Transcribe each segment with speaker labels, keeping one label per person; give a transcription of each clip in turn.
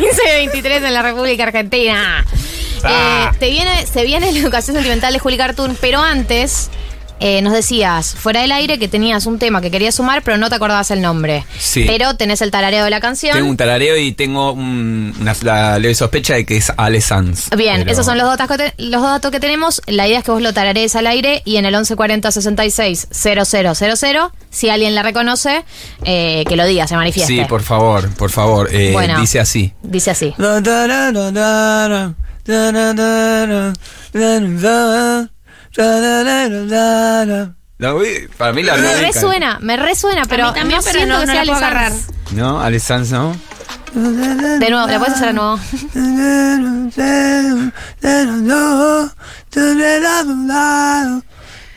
Speaker 1: 23 en la República Argentina. Eh,
Speaker 2: Ah.
Speaker 1: te viene, se viene la educación sentimental de Juli Cartoon, pero antes eh, nos decías, fuera del aire, que tenías un tema que querías sumar, pero no te acordabas el nombre.
Speaker 2: Sí.
Speaker 1: Pero tenés el talareo de la canción.
Speaker 2: Tengo un tarareo y tengo un- una, la leve sospecha de que es Ale Sanz.
Speaker 1: Bien,
Speaker 2: Pero-
Speaker 1: esos son los datos, que te- los datos que tenemos. La idea es que vos lo tararees al aire y en el 1140-66-0000, si alguien la reconoce, eh, que lo diga, se manifieste.
Speaker 2: Sí, por favor, por favor. eh,
Speaker 1: Bueno.
Speaker 2: Dice así.
Speaker 1: Dice así.
Speaker 2: La vi- para mí la
Speaker 1: Me
Speaker 2: ubican.
Speaker 1: resuena, me resuena, pero
Speaker 3: A mí también,
Speaker 1: no
Speaker 3: pero
Speaker 1: siento
Speaker 3: no-
Speaker 1: que
Speaker 3: no
Speaker 1: sea
Speaker 3: la puedo
Speaker 1: Alexander.
Speaker 3: agarrar.
Speaker 2: ¿No? Ale Sanz, ¿no?
Speaker 1: De nuevo, ¿la puedes hacer de nuevo?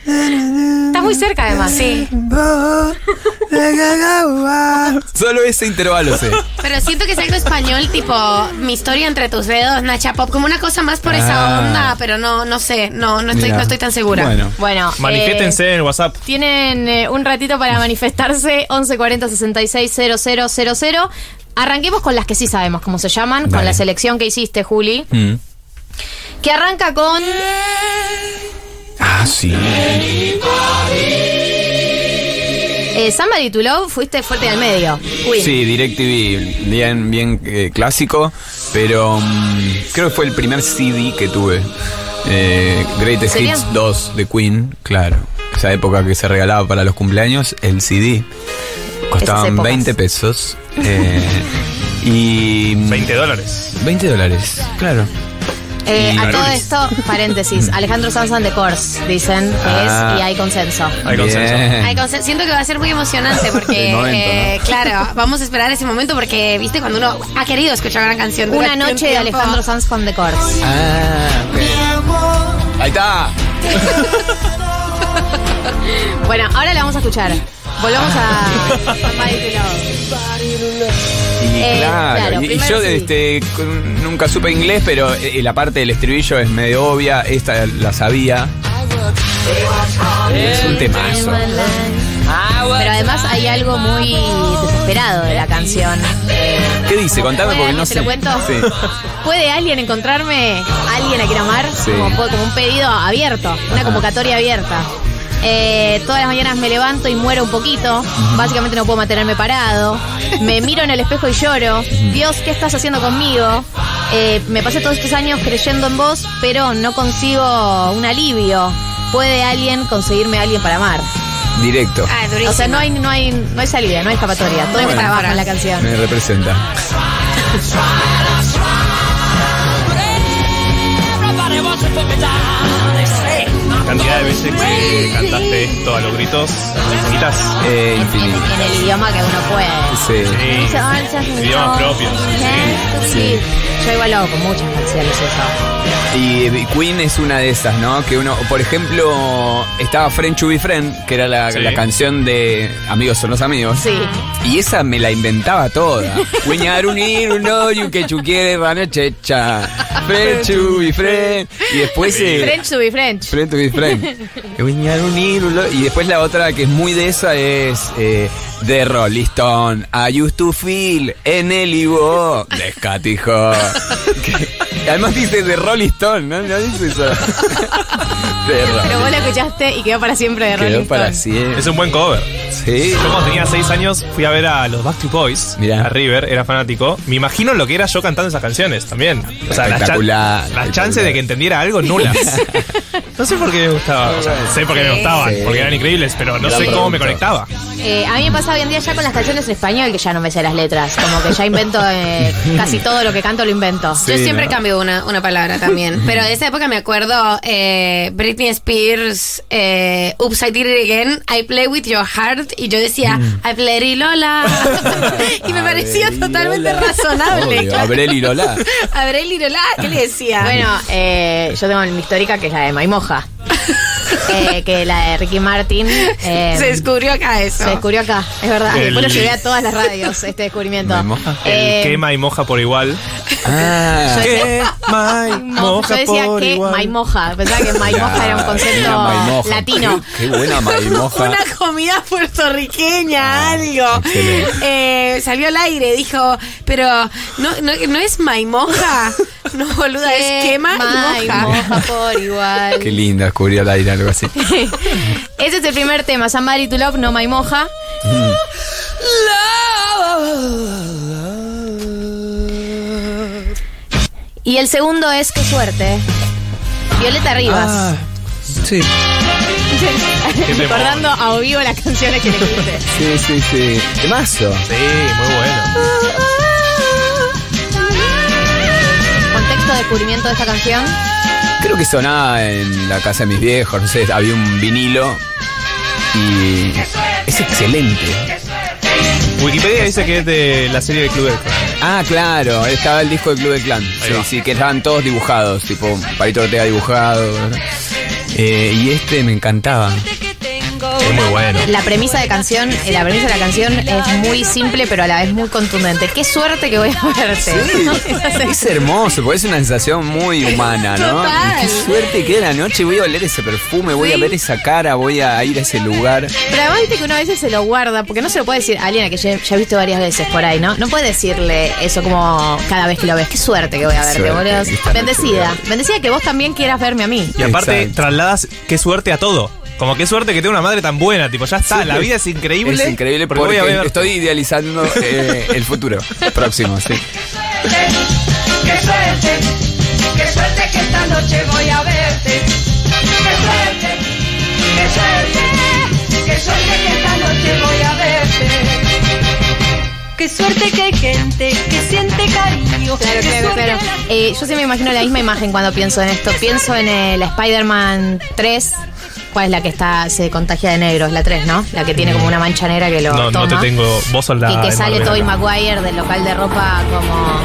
Speaker 1: Estás muy cerca además.
Speaker 3: Sí.
Speaker 2: Solo ese intervalo sé.
Speaker 3: Pero siento que es algo español, tipo mi historia entre tus dedos, Nacha Pop, como una cosa más por esa
Speaker 2: Ah.
Speaker 3: onda, pero no, no sé, no, no estoy,
Speaker 2: Mirá.
Speaker 3: no estoy tan segura.
Speaker 2: Bueno.
Speaker 1: Bueno,
Speaker 4: Manifiéstense
Speaker 1: eh,
Speaker 4: en el WhatsApp.
Speaker 1: tienen eh, un ratito para manifestarse 1140-660000. Arranquemos con las que sí sabemos cómo se llaman, con
Speaker 2: Dale.
Speaker 1: la selección que hiciste, Juli.
Speaker 2: Mm.
Speaker 1: Que arranca con.
Speaker 2: Ah, sí.
Speaker 1: Eh, Somebody to Love, fuiste fuerte en el medio. Queen.
Speaker 2: Sí, DirecTV, bien, bien eh, clásico, pero mm, creo que fue el primer CD que tuve. Eh, Greatest
Speaker 1: ¿Sería?
Speaker 2: Hits 2 de Queen, claro. Esa época que se regalaba para los cumpleaños, el CD. Costaban
Speaker 1: épocas.
Speaker 2: 20 pesos. eh, y...
Speaker 4: 20 dólares.
Speaker 2: 20 dólares, claro.
Speaker 1: Eh,
Speaker 2: Y
Speaker 1: a todo
Speaker 2: varones.
Speaker 1: esto, paréntesis. Alejandro Sanz de Course, dicen que
Speaker 2: Ah.
Speaker 1: es y hay consenso.
Speaker 4: Hay consenso.
Speaker 2: Bien.
Speaker 3: Ay, como se- siento que va a ser muy emocionante
Speaker 2: El
Speaker 3: porque,
Speaker 2: eh. momento,
Speaker 3: eh, claro, vamos a esperar ese momento porque, viste, cuando uno ha querido escuchar una canción.
Speaker 1: Una
Speaker 3: durante un
Speaker 1: noche de
Speaker 3: tiempo.
Speaker 1: Alejandro Sanz con The Course.
Speaker 2: Ah, ok. Ahí está.
Speaker 1: Bueno, ahora la vamos a escuchar. Volvamos a. Somebody to Love.
Speaker 2: Y
Speaker 1: Eh,
Speaker 2: claro,
Speaker 1: claro,
Speaker 2: y- y,
Speaker 1: primero
Speaker 2: yo
Speaker 1: sí.
Speaker 2: este, con- nunca supe inglés, pero eh, la parte del estribillo es medio obvia, esta la sabía. Es un temazo.
Speaker 1: Pero además hay algo muy desesperado de la canción. Eh,
Speaker 2: ¿Qué dice? Contame porque no
Speaker 1: ¿Te
Speaker 2: sé.
Speaker 1: lo cuento?
Speaker 2: Sí.
Speaker 1: ¿Puede alguien encontrarme alguien a quien amar?
Speaker 2: Sí.
Speaker 1: Como, po- como un pedido abierto, una convocatoria abierta. Eh, todas las mañanas me levanto y muero un poquito. Básicamente no puedo mantenerme parado. Me miro en el espejo y lloro. Dios, ¿qué estás haciendo conmigo? Eh, me pasé todos estos años creyendo en vos, pero no consigo un alivio. ¿Puede alguien conseguirme a alguien para amar?
Speaker 2: Directo.
Speaker 3: Ah, durísimo.
Speaker 1: O sea, no hay, no hay, no hay salida, no hay escapatoria. Todo
Speaker 3: hay
Speaker 1: me trabaja
Speaker 3: metáfora.
Speaker 1: en la canción.
Speaker 2: Me representa.
Speaker 4: Cantidad de veces que cantaste esto a los gritos. Chiquitas.
Speaker 2: Eh,
Speaker 1: En,
Speaker 2: infinito.
Speaker 1: en el idioma que uno puede.
Speaker 2: Sí.
Speaker 4: Sí. eh, Idiomas propios.
Speaker 1: Sí. Yo igual lo hago con muchas canciones eso.
Speaker 2: Y eh, Queen es una de esas, ¿no? Que uno, por ejemplo, estaba Friend to be Friend, que era la,
Speaker 4: Sí.
Speaker 2: la canción de Amigos son los amigos.
Speaker 1: Sí.
Speaker 2: Y esa me la inventaba toda. Uñarunir, un oyu que chuquiere vanachecha. Frechu y fren. Y después. eh,
Speaker 1: French to be French.
Speaker 2: Fren to be fren. Uñarunir, un lo- Y después la otra que es muy de esa es. Eh, The Rolling Stone. I used to feel. En el Ivo. Descatijo. Que- Además dice The Rolling Stone, ¿no? No dice eso. The
Speaker 1: Pero vos
Speaker 2: Rolling
Speaker 1: la escuchaste y quedó para siempre de Rolling
Speaker 2: Quedó para
Speaker 1: Stone.
Speaker 2: siempre.
Speaker 4: Es un buen cover.
Speaker 2: Sí.
Speaker 4: Yo cuando tenía 6 años fui a ver a los Backstreet Boys,
Speaker 2: Mirá.
Speaker 4: a River, era fanático. Me imagino lo que era yo cantando esas canciones también. O sea, las, chan-
Speaker 2: Espectacular,
Speaker 4: las
Speaker 2: espectacular.
Speaker 4: chances de que entendiera algo nulas. no sé por qué me gustaba. O sea, sé por qué me gustaban,
Speaker 2: Sí.
Speaker 4: porque eran increíbles, pero no
Speaker 2: Gran
Speaker 4: sé cómo me
Speaker 2: producto.
Speaker 4: conectaba.
Speaker 1: Eh, a mí me pasa hoy en día ya con las canciones en español que ya no me sé las letras. Como que ya invento eh, casi todo lo que canto lo invento.
Speaker 3: Yo
Speaker 2: Sí,
Speaker 3: siempre
Speaker 2: ¿no?
Speaker 3: cambio una, una palabra también. Pero de esa época me acuerdo eh, Britney Spears, eh, Upside Did It Again, I Play With Your Heart. Y yo decía,
Speaker 4: Mm.
Speaker 3: I Play it, Lola. y me parecía
Speaker 2: Abril y
Speaker 3: totalmente
Speaker 2: Lola.
Speaker 3: razonable.
Speaker 2: Obvio,
Speaker 3: claro.
Speaker 2: Abril y Lola.
Speaker 3: Abril y Lola, ¿qué le decía?
Speaker 1: Bueno, eh, yo tengo mi histórica que es la de Maimoja. Eh, que la de Ricky Martin. eh,
Speaker 3: se descubrió acá eso.
Speaker 1: se descubrió acá, es verdad.
Speaker 4: El-
Speaker 1: Después lo llevé a todas las radios este descubrimiento.
Speaker 2: Maimoja.
Speaker 4: El
Speaker 1: Eh,
Speaker 4: quema y moja por igual.
Speaker 2: Ah.
Speaker 4: Quema y
Speaker 1: No, yo
Speaker 4: moja
Speaker 1: decía
Speaker 4: por
Speaker 1: que
Speaker 4: igual.
Speaker 1: maimoja, pensaba que maimoja era un concepto
Speaker 2: Una maimoja.
Speaker 1: latino.
Speaker 2: Qué, qué buena maimoja. Ah.
Speaker 3: Una comida puertorriqueña, algo.
Speaker 2: excelente.
Speaker 3: Eh, le salió al aire. Dijo, pero no, no, no es maimoja. No, boluda, es quema y moja.
Speaker 1: moja por igual.
Speaker 2: Qué lindo descubrir al aire algo así.
Speaker 1: Ese es el primer tema, Somebody to Love, no My Moja. Y el segundo es Qué suerte. Violeta Rivas.
Speaker 2: Ah, sí,
Speaker 1: Recordando a vivo las canciones que le puse.
Speaker 2: sí, sí, sí. Temazo.
Speaker 4: Sí, muy bueno.
Speaker 1: Contexto de descubrimiento de esta canción.
Speaker 2: Creo que sonaba en la casa de mis viejos, no sé, había un vinilo y es excelente.
Speaker 4: Wikipedia dice que es de la serie de Club del Clan.
Speaker 2: Ah, claro, estaba el disco del Club del Clan.
Speaker 4: Ahí
Speaker 2: Sí,
Speaker 4: va.
Speaker 2: sí, que estaban todos dibujados, tipo Parito Ortega dibujado. ¿verdad? Eh, y este me encantaba.
Speaker 4: Es muy bueno.
Speaker 1: La premisa de canción, eh, la premisa de la canción es muy simple pero a la vez muy contundente. Qué suerte que voy a verte.
Speaker 2: Es hermoso, porque es una sensación muy humana, ¿no?
Speaker 1: Total.
Speaker 2: Qué suerte que era noche, voy a oler ese perfume, voy a ver esa cara, voy a ir a ese lugar.
Speaker 1: Pero además viste que uno a veces se lo guarda, porque no se lo puede decir a alguien a que ya, ya he visto varias veces por ahí, ¿no? No puede decirle eso como cada vez que lo ves. Qué suerte que voy a
Speaker 2: Qué
Speaker 1: verte,
Speaker 2: suerte, que
Speaker 1: boludo.
Speaker 2: esta
Speaker 1: Bendecida.
Speaker 2: noche.
Speaker 1: Bendecida que vos también quieras verme a mí.
Speaker 4: Y aparte,
Speaker 2: Exacto.
Speaker 4: trasladas qué suerte a todo. Como qué suerte que tengo una madre tan buena, tipo, ya está,
Speaker 2: Sí.
Speaker 4: Ah, la vida es increíble.
Speaker 2: Es increíble
Speaker 4: pero
Speaker 2: porque
Speaker 4: voy a ver.
Speaker 2: estoy idealizando eh, el futuro próximo, sí.
Speaker 5: Qué suerte, qué suerte que esta noche voy a verte. Qué suerte, qué suerte, qué suerte que esta noche voy a verte.
Speaker 6: Qué suerte que hay gente que siente
Speaker 1: Claro,
Speaker 6: cariño. Qué
Speaker 1: claro,
Speaker 6: suerte
Speaker 1: claro.
Speaker 6: la-
Speaker 1: Eh, yo siempre me imagino la misma imagen cuando pienso en esto. Pienso en eh, la Spider-Man 3. ¿Cuál es la que está se contagia de negro? Es la 3, ¿no? La que tiene como una mancha negra que lo
Speaker 4: No, no
Speaker 1: toma.
Speaker 4: te tengo. Vos eh, soldado.
Speaker 1: Y que sale Tobey Maguire del local de ropa como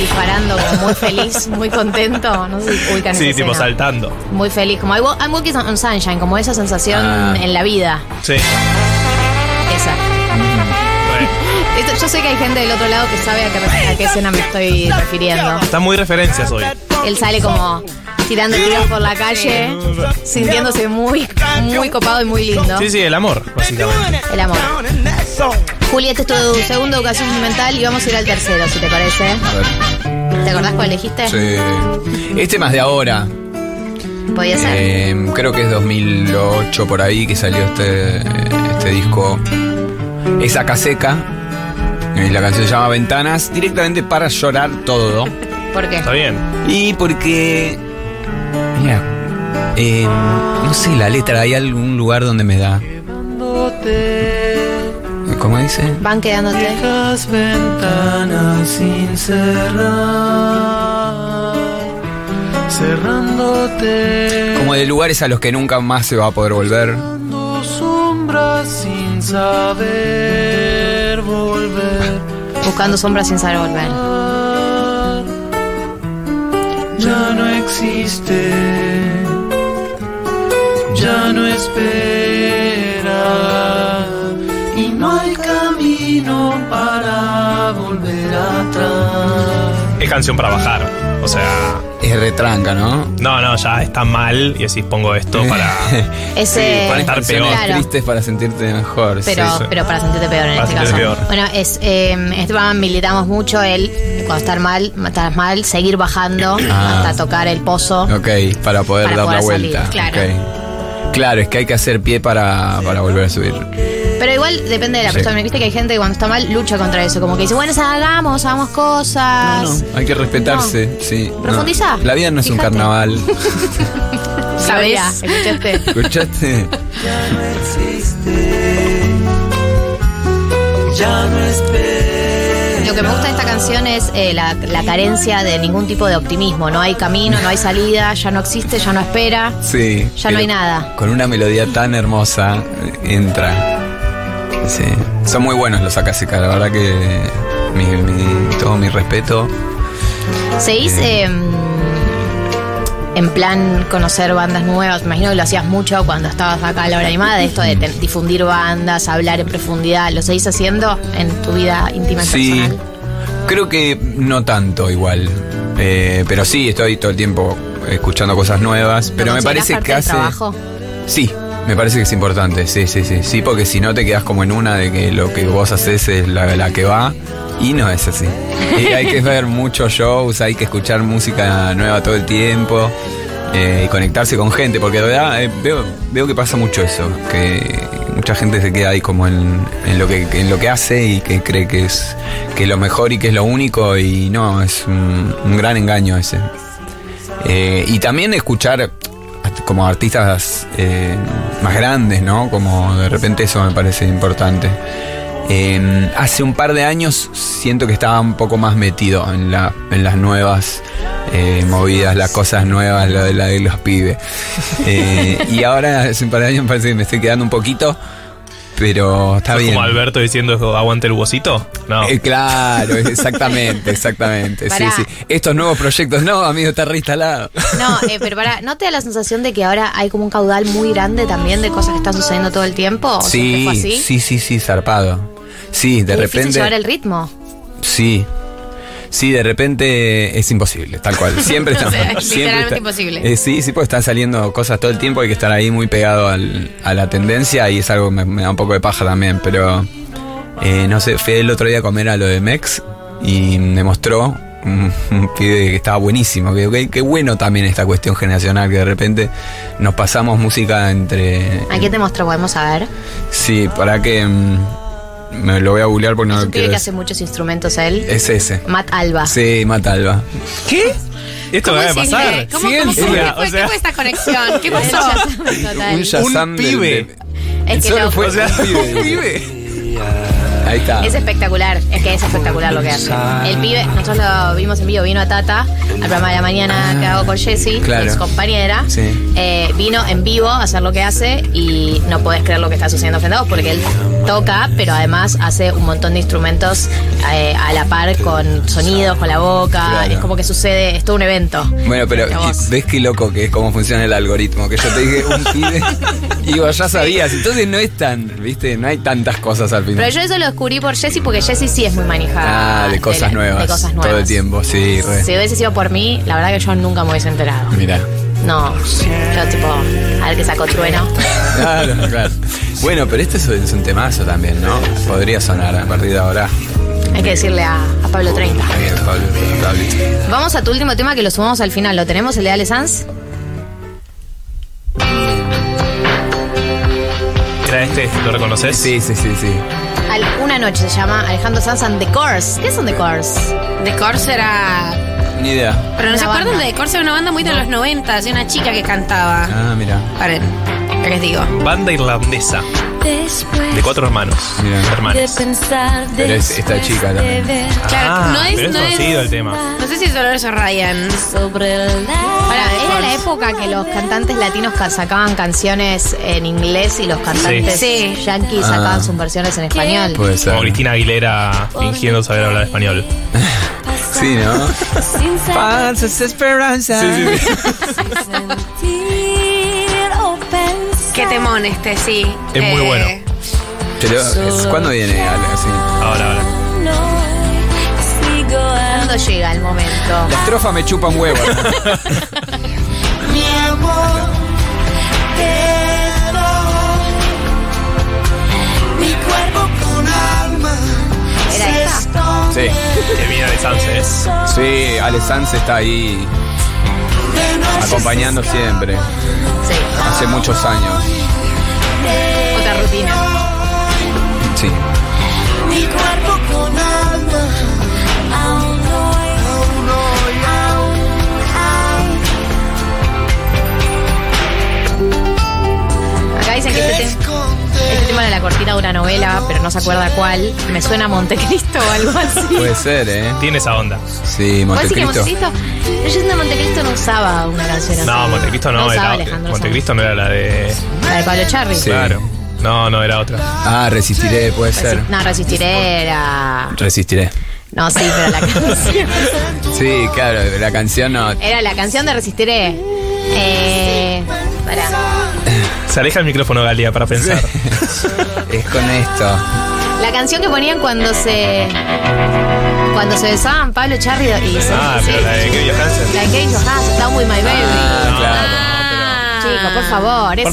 Speaker 1: disparando, como muy feliz, muy contento. No sé si ubican
Speaker 4: Sí,
Speaker 1: esa
Speaker 4: tipo
Speaker 1: escena.
Speaker 4: saltando.
Speaker 1: Muy feliz, como I wa- I'm walking on sunshine, como esa sensación
Speaker 2: Ah.
Speaker 1: en la vida.
Speaker 4: Sí.
Speaker 1: Esa. Esto- yo sé que hay gente del otro lado que sabe a qué, a qué escena me estoy refiriendo.
Speaker 4: Están muy referencias hoy.
Speaker 1: Él sale como tirando tiros por la calle, sintiéndose muy, muy copado y muy lindo.
Speaker 4: Sí, sí, el amor, básicamente.
Speaker 1: El amor. Juli, este es tu segundo educación mental y vamos a ir al tercero, si te parece.
Speaker 2: A ver,
Speaker 1: ¿Te acordás cuál elegiste?
Speaker 2: sí. Este más de ahora,
Speaker 1: Podía ser.
Speaker 2: eh, creo que es 2008 por ahí que salió este, este disco. Es Acaseca. Y la canción se llama Ventanas, directamente para llorar todo.
Speaker 1: ¿Por qué?
Speaker 4: Está bien.
Speaker 2: Y porque. Mira. eh, no sé, la letra, hay algún lugar donde me da. ¿Cómo dice?
Speaker 1: Van quedándote.
Speaker 7: ventanas sin cerrar, cerrándote
Speaker 2: Como de lugares a los que nunca más se va a poder volver.
Speaker 7: dando sombras sin saber volver.
Speaker 1: Buscando sombras sin saber volver.
Speaker 7: Ya no existe, ya no espera y no hay camino para volver atrás.
Speaker 4: Es canción para bajar. O sea,
Speaker 2: Es retranca, ¿no?
Speaker 4: no, no, ya está mal y decís pongo esto para.
Speaker 1: Ese.
Speaker 4: Sí, para estar
Speaker 2: Canciones
Speaker 4: peor.
Speaker 1: Claro.
Speaker 2: tristes para sentirte mejor. sí.
Speaker 1: Pero,
Speaker 4: sí.
Speaker 1: pero para sentirte peor en
Speaker 4: Para
Speaker 1: este caso.
Speaker 4: sentirte peor.
Speaker 1: Bueno, es, eh, en este programa militamos mucho el cuando estar mal, estás mal, seguir bajando
Speaker 2: Ah.
Speaker 1: hasta tocar el pozo.
Speaker 2: Ok, para poder
Speaker 1: Para
Speaker 2: dar
Speaker 1: poder
Speaker 2: la
Speaker 1: salir,
Speaker 2: vuelta.
Speaker 1: claro.
Speaker 2: ok. Claro, es que hay que hacer pie para, para volver a subir.
Speaker 1: Pero igual depende de la
Speaker 2: Sí.
Speaker 1: persona. Viste que hay gente que cuando está mal lucha contra eso. Como que dice, bueno, hagamos, hagamos cosas.
Speaker 2: Hay que respetarse, sí. no.
Speaker 1: Profundizá,
Speaker 2: La vida no es un
Speaker 1: fíjate.
Speaker 2: carnaval.
Speaker 1: ¿Sabés? ¿Escuchaste?
Speaker 2: ¿Escuchaste?
Speaker 1: Lo que me gusta de esta canción es eh, la, la carencia de ningún tipo de optimismo. No hay camino, no hay salida, ya no existe, ya no espera.
Speaker 2: Sí.
Speaker 1: Ya no hay
Speaker 2: pero
Speaker 1: nada.
Speaker 2: Con una melodía tan hermosa, eh, entra. Sí. Son muy buenos los Acaseca, la verdad que mi, mi- todo mi respeto.
Speaker 1: ¿Seguís eh, en plan conocer bandas nuevas? Me imagino que lo hacías mucho cuando estabas acá a la hora animada, de esto de te- difundir bandas, hablar en profundidad. ¿Lo seguís haciendo en tu vida íntima y
Speaker 2: Sí.
Speaker 1: personal?
Speaker 2: Creo que no tanto igual. Eh, pero sí, estoy todo el tiempo escuchando cosas nuevas. Pero
Speaker 1: ¿Lo
Speaker 2: me
Speaker 1: considerás
Speaker 2: parece
Speaker 1: parte
Speaker 2: que
Speaker 1: del
Speaker 2: hace.
Speaker 1: trabajo?
Speaker 2: Sí, Me parece que es importante, sí, sí, sí. Sí, porque si no te quedas como en una de que lo que vos haces es la, la que va. Y no es así. Y hay que ver muchos shows, hay que escuchar música nueva todo el tiempo. eh, y conectarse con gente, porque de verdad eh, veo, veo que pasa mucho eso, que mucha gente se queda ahí como en, en lo, que, en lo que hace y que cree que es que es lo mejor y que es lo único y no, es un- un gran engaño ese. Eh, y también escuchar at- como artistas eh, más grandes, ¿no? Como de repente eso me parece importante. Eh, hace un par de años siento que estaba un poco más metido en, la, en las nuevas eh, movidas, las cosas nuevas, lo de, la de los pibes. Eh, y ahora hace un par de años me parece que me estoy quedando un poquito, pero está
Speaker 4: ¿Sos
Speaker 2: bien.
Speaker 4: como Alberto diciendo aguante el huesito? No.
Speaker 2: Eh, claro, exactamente, exactamente. Sí,
Speaker 1: Pará.
Speaker 2: sí. Estos nuevos proyectos, no, amigo, está reinstalado.
Speaker 1: No, eh, pero pará, ¿no te da la sensación de que ahora hay como un caudal muy grande también de cosas que están sucediendo todo el tiempo? ¿Siempre
Speaker 2: Sí,
Speaker 1: fue así?
Speaker 2: sí, sí, sí, zarpado. Sí, de
Speaker 1: Es difícil
Speaker 2: repente.
Speaker 1: llevar el ritmo.
Speaker 2: Sí. Sí, de repente es imposible, tal cual. Siempre está.
Speaker 3: O sea,
Speaker 2: siempre
Speaker 3: literalmente
Speaker 2: está-
Speaker 3: imposible.
Speaker 2: Eh, sí, sí, pues están saliendo cosas todo el tiempo, hay que estar ahí muy pegado al- a la tendencia y es algo que me, me da un poco de paja también, pero eh, no sé, fui el otro día a comer a lo de Mex y me mostró un, un pibe que estaba buenísimo, que, que- que bueno también esta cuestión generacional, que de repente nos pasamos música entre...
Speaker 1: ¿A qué te mostró? Podemos saber.
Speaker 2: Sí, para que... mm, me lo voy a googlear porque no
Speaker 1: es un
Speaker 2: lo
Speaker 1: pibe
Speaker 2: quiero
Speaker 1: que hace
Speaker 2: decir.
Speaker 1: muchos instrumentos él.
Speaker 2: Es ese.
Speaker 1: Matt Alba.
Speaker 2: Ah, Sí, Matalba.
Speaker 4: ¿Qué? Esto
Speaker 3: ¿Cómo
Speaker 4: debe
Speaker 3: hiciste?
Speaker 4: pasar.
Speaker 3: ¿Cómo,
Speaker 2: Sí,
Speaker 3: cómo
Speaker 2: sí,
Speaker 3: hiciste?
Speaker 4: o
Speaker 3: ¿Qué
Speaker 4: sea-
Speaker 3: fue, qué fue esta conexión? ¿Qué
Speaker 1: Él
Speaker 3: pasó?
Speaker 1: ya sabe, total.
Speaker 2: Un Shazam
Speaker 4: Un
Speaker 2: del-
Speaker 4: pibe.
Speaker 2: del-
Speaker 1: Es que
Speaker 2: Solo
Speaker 1: no,
Speaker 2: fue
Speaker 4: O sea,
Speaker 2: un
Speaker 4: un
Speaker 2: pibe. Ahí está.
Speaker 1: Es espectacular, es que es espectacular lo que hace. El pibe, nosotros lo vimos en vivo, vino a Tata, al programa de la mañana que hago con Jessy,
Speaker 2: Ah. Claro.
Speaker 1: ex compañera.
Speaker 2: Sí.
Speaker 1: Eh, vino en vivo a hacer lo que hace y no podés creer lo que está sucediendo frente a vos porque él toca, pero además hace un montón de instrumentos eh, a la par con sonidos, con la boca.
Speaker 2: Claro.
Speaker 1: Es como que sucede, es todo un evento.
Speaker 2: Bueno, pero
Speaker 1: Frente a
Speaker 2: y-
Speaker 1: vos.
Speaker 2: ves qué loco que es cómo funciona el algoritmo. Que yo te dije un pibe. y vos ya sabías. Entonces no es tan, viste, no hay tantas cosas al final.
Speaker 1: Pero yo eso lo descubrí por Jessy porque Jessy sí es muy manijada.
Speaker 2: ah, de cosas,
Speaker 1: la-
Speaker 2: nuevas,
Speaker 1: de cosas nuevas.
Speaker 2: Todo el tiempo, sí, re.
Speaker 1: Si hubiese sido por mí, la verdad que yo nunca me hubiese enterado.
Speaker 2: Mirá.
Speaker 1: No, yo tipo, a ver qué sacó trueno.
Speaker 2: Claro, claro. Bueno, pero este es un, es un temazo también, ¿no? Podría sonar a partir de ahora.
Speaker 1: Hay que decirle a, a Pablo 30.
Speaker 2: Está bien, Pablo, Pablito.
Speaker 1: Vamos a tu último tema que lo sumamos al final. ¿Lo tenemos, el de Ale Sanz?
Speaker 4: Era este, ¿lo reconoces?
Speaker 2: Sí, sí, sí, sí.
Speaker 1: Al- una noche se llama Alejandro Sanz and The Course. ¿Qué son The Course?
Speaker 3: The Corrs era...
Speaker 2: Ni idea.
Speaker 3: Pero no
Speaker 1: Una
Speaker 3: se
Speaker 1: banda.
Speaker 3: acuerdan de The Corrs era una banda muy de los 90, de una chica que cantaba.
Speaker 2: Ah, mira.
Speaker 3: Paren, ¿qué les digo?
Speaker 4: Banda irlandesa de cuatro hermanos.
Speaker 2: Mira.
Speaker 4: Hermanas. Ah,
Speaker 6: pensar
Speaker 2: Pero es esta chica también.
Speaker 3: Claro, no es-
Speaker 4: pero
Speaker 3: no es-
Speaker 4: conocido el tema.
Speaker 3: No sé si es Dolores o Ryan.
Speaker 6: sobre la
Speaker 1: Ahora, era la época que los cantantes latinos ca- sacaban canciones en inglés y los cantantes
Speaker 3: Sí. Sí.
Speaker 1: yankees
Speaker 2: Ah. Pues-
Speaker 1: sacaban sus versiones en español.
Speaker 2: Puede ser.
Speaker 4: Como Cristina Aguilera fingiendo saber hablar español.
Speaker 2: Sí, ¿no?
Speaker 6: sin
Speaker 2: Falsas esperanzas. Sí, sí.
Speaker 6: sentir o pensar.
Speaker 3: Qué temón este, sí.
Speaker 4: Es muy bueno.
Speaker 2: Pero, ¿es- ¿cuándo viene Ale? Así.
Speaker 4: Ahora, ahora.
Speaker 6: No, sigo a-
Speaker 1: ¿Cuándo llega el momento?
Speaker 2: La estrofa me chupa un huevo.
Speaker 7: Mi amor, te doy mi cuerpo con alma.
Speaker 1: ¿Era esta?
Speaker 7: Esto
Speaker 2: Sí.
Speaker 4: Que viene de Sánchez.
Speaker 2: Sí, Ale Sanz está ahí
Speaker 7: de no
Speaker 2: acompañando siempre.
Speaker 1: Sí,
Speaker 2: Hace muchos años.
Speaker 1: otra rutina.
Speaker 2: Sí.
Speaker 7: Mi cuerpo con alma.
Speaker 6: aún no hay-
Speaker 7: Aún hoy
Speaker 6: aún hay
Speaker 1: Acá dicen que este tema...
Speaker 7: esconder.
Speaker 1: Este tema de la cortina de una novela, pero no se acuerda cuál. Me suena a Montecristo o algo así.
Speaker 2: Puede ser, ¿eh?
Speaker 4: Tiene esa onda.
Speaker 2: Sí,
Speaker 1: ¿Puedes decir que
Speaker 2: Montecristo.
Speaker 1: Montecristo? Yo siento que Montecristo no usaba una canción así.
Speaker 4: No, Montecristo no.
Speaker 1: No
Speaker 4: era,
Speaker 1: usaba Alejandro
Speaker 4: Montecristo no era la de.
Speaker 1: Sanz. La de Pablo Charri.
Speaker 2: Sí.
Speaker 4: Claro. No, no, era otra.
Speaker 2: Ah, resistiré, puede ser.
Speaker 1: No, resistiré era.
Speaker 2: Resistiré.
Speaker 1: No, sí, pero la canción.
Speaker 2: Sí, claro, la canción no.
Speaker 1: Era la canción de Resistiré. Eh. Pará.
Speaker 4: Se aleja el micrófono, Galia, para pensar.
Speaker 2: Es con esto.
Speaker 1: La canción que ponían cuando se. Cuando se besaban Pablo Charri y.
Speaker 4: Ah, pero Ah, la de Kevin Johansen.
Speaker 1: La de Kate Johansen, Down With My Baby.
Speaker 2: Ah, claro.
Speaker 3: Ah,
Speaker 1: chicos, por favor.
Speaker 4: Por
Speaker 1: eso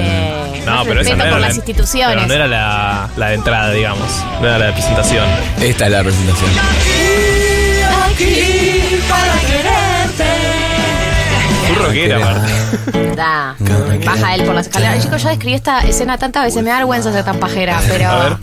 Speaker 1: era resistiré.
Speaker 4: No,
Speaker 1: Más
Speaker 4: pero esa
Speaker 1: respeto
Speaker 4: no era
Speaker 1: por
Speaker 4: la,
Speaker 1: las instituciones.
Speaker 4: pero no era la, la de entrada, digamos. No era la de presentación.
Speaker 2: Esta es la presentación.
Speaker 4: Un rockera, aparte.
Speaker 1: Da. Baja él por las escaleras. Chicos, yo describí esta escena tantas veces, me da vergüenza ser tan pajera, pero.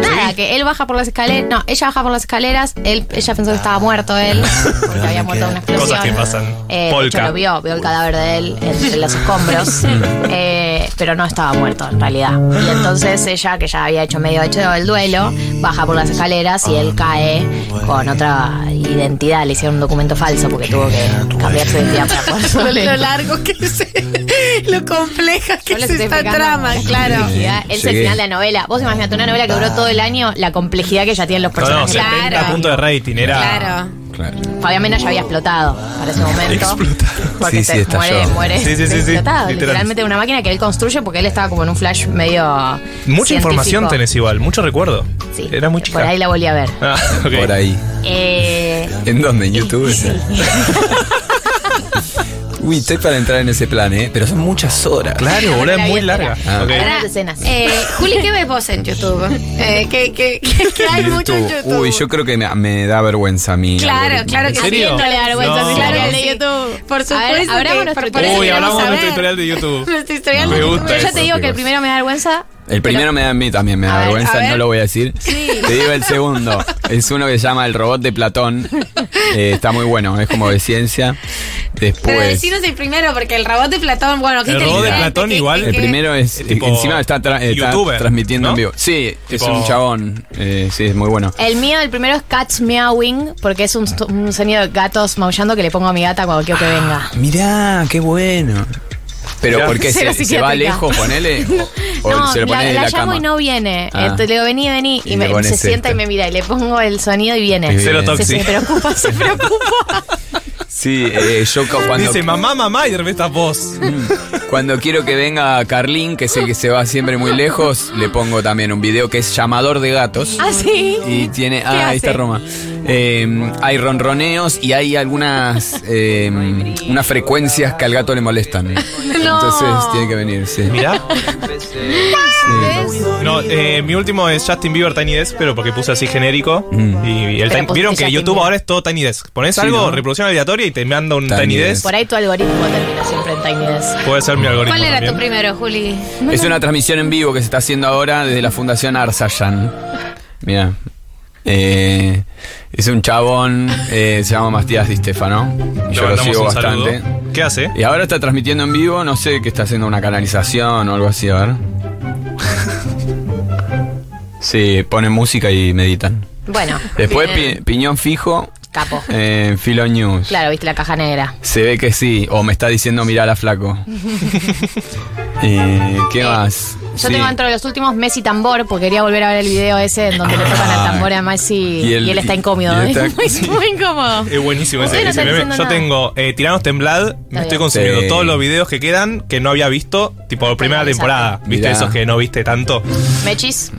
Speaker 1: Nada, que él baja por las escaleras. No, ella baja por las escaleras. Él, ella pensó que estaba muerto él, porque había muerto en una explosión.
Speaker 4: Ah, Cosas que pasan.
Speaker 1: Eh, de hecho,
Speaker 4: Polka.
Speaker 1: lo vio, vio el cadáver de él entre los escombros, eh, pero no estaba muerto en realidad. Y entonces ella, que ya había hecho medio hecho el duelo, baja por las escaleras y él cae con otra identidad. Le hicieron un documento falso porque tuvo que cambiar su identidad para poder
Speaker 3: Lo
Speaker 1: sobrevivir.
Speaker 3: largo que es, lo compleja que
Speaker 1: Yo les
Speaker 3: es
Speaker 1: estoy
Speaker 3: esta
Speaker 1: explicando
Speaker 3: trama,
Speaker 1: la
Speaker 3: claro.
Speaker 1: complejidad. Es el
Speaker 2: Llegué. Ah.
Speaker 1: final de la novela. Vos imaginate una novela que duró todo el año, la complejidad que ya tienen los
Speaker 4: No, no,
Speaker 1: personajes.
Speaker 4: 70
Speaker 3: Claro.
Speaker 4: puntos de rating. Era.
Speaker 3: Claro.
Speaker 2: Claro.
Speaker 1: Fabián Mena ya había explotado para ese momento.
Speaker 4: Explotado.
Speaker 1: Porque
Speaker 2: Sí,
Speaker 1: se
Speaker 2: sí, estalló.
Speaker 1: muere, muere.
Speaker 4: Sí, sí, sí, sí,
Speaker 1: explotado.
Speaker 4: literal.
Speaker 1: Literalmente una máquina que él construye porque él estaba como en un flash medio.
Speaker 4: Mucha
Speaker 1: científico.
Speaker 4: información tenés igual, mucho recuerdo.
Speaker 1: Sí.
Speaker 4: Era muy chica.
Speaker 1: Por ahí la volví a ver.
Speaker 4: Ah, ok.
Speaker 2: Por ahí.
Speaker 1: Eh,
Speaker 2: ¿En dónde? ¿En YouTube? Uy, estoy para entrar en ese plan, ¿eh? Pero son muchas horas.
Speaker 4: Claro, boludo, es muy
Speaker 1: Espera.
Speaker 4: larga.
Speaker 2: Ah.
Speaker 4: Ok.
Speaker 1: Ahora las escenas.
Speaker 3: Eh, Juli, ¿qué ves vos en YouTube? Eh, que, que- que- que hay mucho en YouTube.
Speaker 2: Uy, yo creo que me, me da vergüenza a mí.
Speaker 3: Claro,
Speaker 2: algoritmo.
Speaker 3: claro que
Speaker 4: ¿En
Speaker 3: sí.
Speaker 4: serio?
Speaker 1: No le da vergüenza
Speaker 4: No.
Speaker 1: a
Speaker 3: Claro que
Speaker 1: de
Speaker 3: sí.
Speaker 1: YouTube.
Speaker 3: Por
Speaker 1: A ver,
Speaker 3: supuesto.
Speaker 1: abramos
Speaker 3: que-
Speaker 1: nuestro
Speaker 3: por- por eso
Speaker 4: Uy,
Speaker 3: queremos
Speaker 4: hablamos de nuestro
Speaker 3: saber.
Speaker 4: tutorial de YouTube.
Speaker 3: Nuestro historial
Speaker 4: Me
Speaker 3: de
Speaker 4: gusta
Speaker 3: YouTube.
Speaker 1: Pero ya
Speaker 4: eso.
Speaker 1: te digo que el primero me da vergüenza.
Speaker 2: El primero me da a mí también me da
Speaker 1: A ver,
Speaker 2: vergüenza,
Speaker 3: a ver.
Speaker 2: no lo voy a decir. Te digo el segundo. Es uno que se llama El robot de Platón. Eh, está muy bueno, es como de ciencia.
Speaker 3: Pero
Speaker 2: Después.
Speaker 3: decinos el primero, porque el robot de Platón, bueno, qué
Speaker 4: El robot de
Speaker 3: inteligente,
Speaker 4: Platón
Speaker 3: qué-
Speaker 4: igual-
Speaker 3: qué-
Speaker 2: El
Speaker 3: qué-
Speaker 2: primero es.
Speaker 4: Eh, tipo
Speaker 2: encima está, tra- está
Speaker 4: youtuber,
Speaker 2: transmitiendo
Speaker 4: ¿no?
Speaker 2: en vivo. Sí, es
Speaker 4: Tipo-
Speaker 2: un chabón. Eh, sí, es muy bueno.
Speaker 1: El mío, el primero es Cats Meowing, porque es un, un sonido de gatos maullando que le pongo a mi gata cuando quiero que venga.
Speaker 2: Mirá, qué bueno. Pero
Speaker 4: Mirá.
Speaker 2: porque
Speaker 1: Cero
Speaker 2: se, se va
Speaker 1: psiquiátrica.
Speaker 2: lejos, ponele. O, o
Speaker 1: No,
Speaker 2: se lo
Speaker 1: la,
Speaker 2: pone de
Speaker 1: la
Speaker 2: la,
Speaker 1: llamo
Speaker 2: cama.
Speaker 1: y no viene.
Speaker 2: Ah.
Speaker 1: Entonces le digo, vení, vení. Y,
Speaker 2: Y
Speaker 1: me-
Speaker 2: le pones este.
Speaker 1: se sienta
Speaker 2: esto.
Speaker 1: y me mira. Y le pongo el sonido y viene.
Speaker 2: Cero
Speaker 1: Se-
Speaker 4: tóxico.
Speaker 1: Se preocupa, se preocupa.
Speaker 2: Sí, eh, yo co- cuando,
Speaker 4: Dice mamá, mamá y de repente estás vos.
Speaker 2: cuando quiero que venga Carlín, que sé que se va siempre muy lejos, le pongo también un video que es llamador de gatos.
Speaker 1: ah, sí.
Speaker 2: Y tiene. Ah, ahí
Speaker 1: hace?
Speaker 2: está Roma. Eh, hay ronroneos y hay algunas. eh, unas frecuencias que al gato le molestan. Entonces tiene que venir, sí.
Speaker 4: Mirá.
Speaker 2: Sí.
Speaker 4: No, eh, mi último es Justin Bieber Tiny Desk, pero porque puse así genérico.
Speaker 2: Mm.
Speaker 4: Y el
Speaker 1: Pero
Speaker 4: Tiny-
Speaker 1: pusiste
Speaker 4: Vieron que
Speaker 1: Justin
Speaker 4: YouTube
Speaker 1: Bieber.
Speaker 4: ahora es todo Tiny Desk. Pones
Speaker 2: Sí,
Speaker 4: algo,
Speaker 2: ¿no?
Speaker 4: reproducción aleatoria y te manda un
Speaker 2: Tiny
Speaker 4: Tiny
Speaker 2: Desk.
Speaker 4: Desk.
Speaker 1: Por ahí tu algoritmo termina siempre en Tiny Desk.
Speaker 4: Puede ser mi algoritmo.
Speaker 3: ¿Cuál era tu
Speaker 4: también.
Speaker 3: primero, Juli?
Speaker 2: Es una transmisión en vivo que se está haciendo ahora desde la Fundación Arsayan. Mira. Eh, es un chabón, eh, se llama Matías Di Stefano.
Speaker 4: Le
Speaker 2: Yo lo
Speaker 4: mandamos
Speaker 2: sigo
Speaker 4: un saludo.
Speaker 2: bastante.
Speaker 4: ¿Qué hace?
Speaker 2: Y ahora está transmitiendo en vivo, no sé qué está haciendo una canalización o algo así, a ver. Sí, ponen música y meditan.
Speaker 1: Bueno,
Speaker 2: Después
Speaker 3: Bien.
Speaker 2: Pi- Piñón Fijo,
Speaker 1: capo.
Speaker 2: eh, Filo News.
Speaker 1: Claro, viste la caja negra.
Speaker 2: Se ve que sí, o me está diciendo mirá la flaco. Eh, ¿Qué más?
Speaker 1: Yo
Speaker 2: Sí.
Speaker 1: tengo dentro de los últimos Messi tambor, porque quería volver a ver el video ese en donde le tocan al tambor a Messi y,
Speaker 2: Ah. Y él-
Speaker 1: él está
Speaker 2: y-
Speaker 1: incómodo.
Speaker 2: y está-
Speaker 1: es muy,
Speaker 2: sí.
Speaker 1: muy incómodo.
Speaker 4: Es buenísimo ese,
Speaker 1: Ustedes no
Speaker 4: ese
Speaker 1: están
Speaker 4: meme.
Speaker 1: diciendo
Speaker 4: Yo
Speaker 1: nada.
Speaker 4: tengo eh, Tiranos Temblad, me
Speaker 1: bien.
Speaker 4: estoy consumiendo
Speaker 2: Sí.
Speaker 4: todos los videos que quedan que no había visto, tipo primera
Speaker 1: Actualizado.
Speaker 4: temporada. ¿Viste
Speaker 2: Mirá.
Speaker 4: esos que no viste tanto?
Speaker 1: Mechis,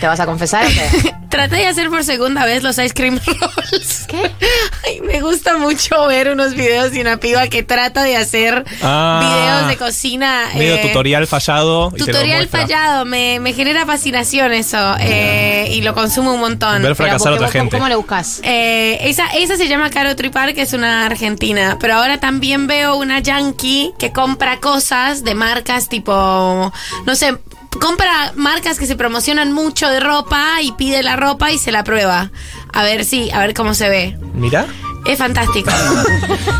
Speaker 1: ¿te vas a confesar? o qué?
Speaker 3: Traté de hacer por segunda vez los ice cream rolls.
Speaker 1: ¿Qué?
Speaker 3: Ay, me gusta mucho ver unos videos de una piba que trata de hacer
Speaker 4: Ah.
Speaker 3: videos de cocina.
Speaker 4: Medio
Speaker 3: eh,
Speaker 4: tutorial fallado. y te lo
Speaker 3: Tutorial
Speaker 4: muestra.
Speaker 3: fallado. Me, me genera fascinación eso. eh, y lo consumo un montón.
Speaker 4: Ver fracasar
Speaker 1: Pero,
Speaker 4: a otra
Speaker 1: ¿por qué vos-
Speaker 4: gente.
Speaker 1: ¿Cómo lo buscas?
Speaker 3: Eh, esa, esa se llama Caro Tripar, que es una argentina. Pero ahora también veo una yankee que compra cosas de marcas tipo, no sé, compra marcas que se promocionan mucho de ropa y pide la ropa y se la prueba. A ver, sí, a ver cómo se ve.
Speaker 4: Mirá.
Speaker 3: Es fantástico.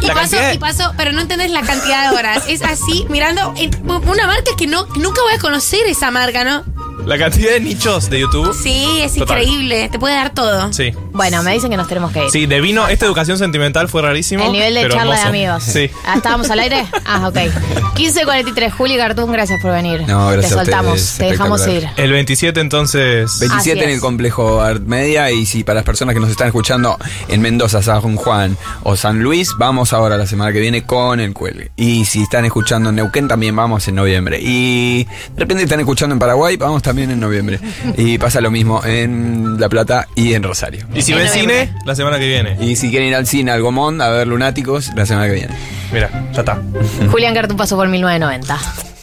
Speaker 3: y
Speaker 4: La
Speaker 3: paso,
Speaker 4: cantidad de-
Speaker 3: y paso, pero no entendés la cantidad de horas. Es así, mirando en- una marca que no, nunca voy a conocer esa marca, ¿no?
Speaker 4: La cantidad de nichos de YouTube.
Speaker 3: Sí, es
Speaker 4: Total.
Speaker 3: increíble. Te puede dar todo.
Speaker 4: Sí.
Speaker 1: Bueno, me dicen que nos tenemos que ir.
Speaker 4: Sí, de vino, esta educación sentimental fue rarísimo.
Speaker 1: El nivel de
Speaker 4: pero
Speaker 1: charla de
Speaker 4: hermoso.
Speaker 1: amigos.
Speaker 4: Sí.
Speaker 1: Ah, ¿Estábamos al aire? Ah, ok. 15.43, Juli Cartún, gracias por venir.
Speaker 2: No, gracias
Speaker 1: Te
Speaker 2: a ustedes,
Speaker 1: soltamos, te dejamos ir.
Speaker 2: espectacular.
Speaker 4: El 27 entonces...
Speaker 2: 27
Speaker 1: Así
Speaker 2: en el
Speaker 1: es.
Speaker 2: complejo Art Media y si para las personas que nos están escuchando en Mendoza, San Juan o San Luis, vamos ahora la semana que viene con el cuelgue. Y si están escuchando en Neuquén también vamos en noviembre. Y de repente están escuchando en Paraguay, vamos también en noviembre. Y pasa lo mismo en La Plata y en Rosario.
Speaker 4: Y si
Speaker 1: En
Speaker 4: ven
Speaker 1: noviembre.
Speaker 4: cine, la semana que viene.
Speaker 2: Y si quieren ir al cine, al Gomón, a ver Lunáticos, la semana que viene.
Speaker 4: Mira, ya está.
Speaker 1: Julián Gert, un paso por 1990.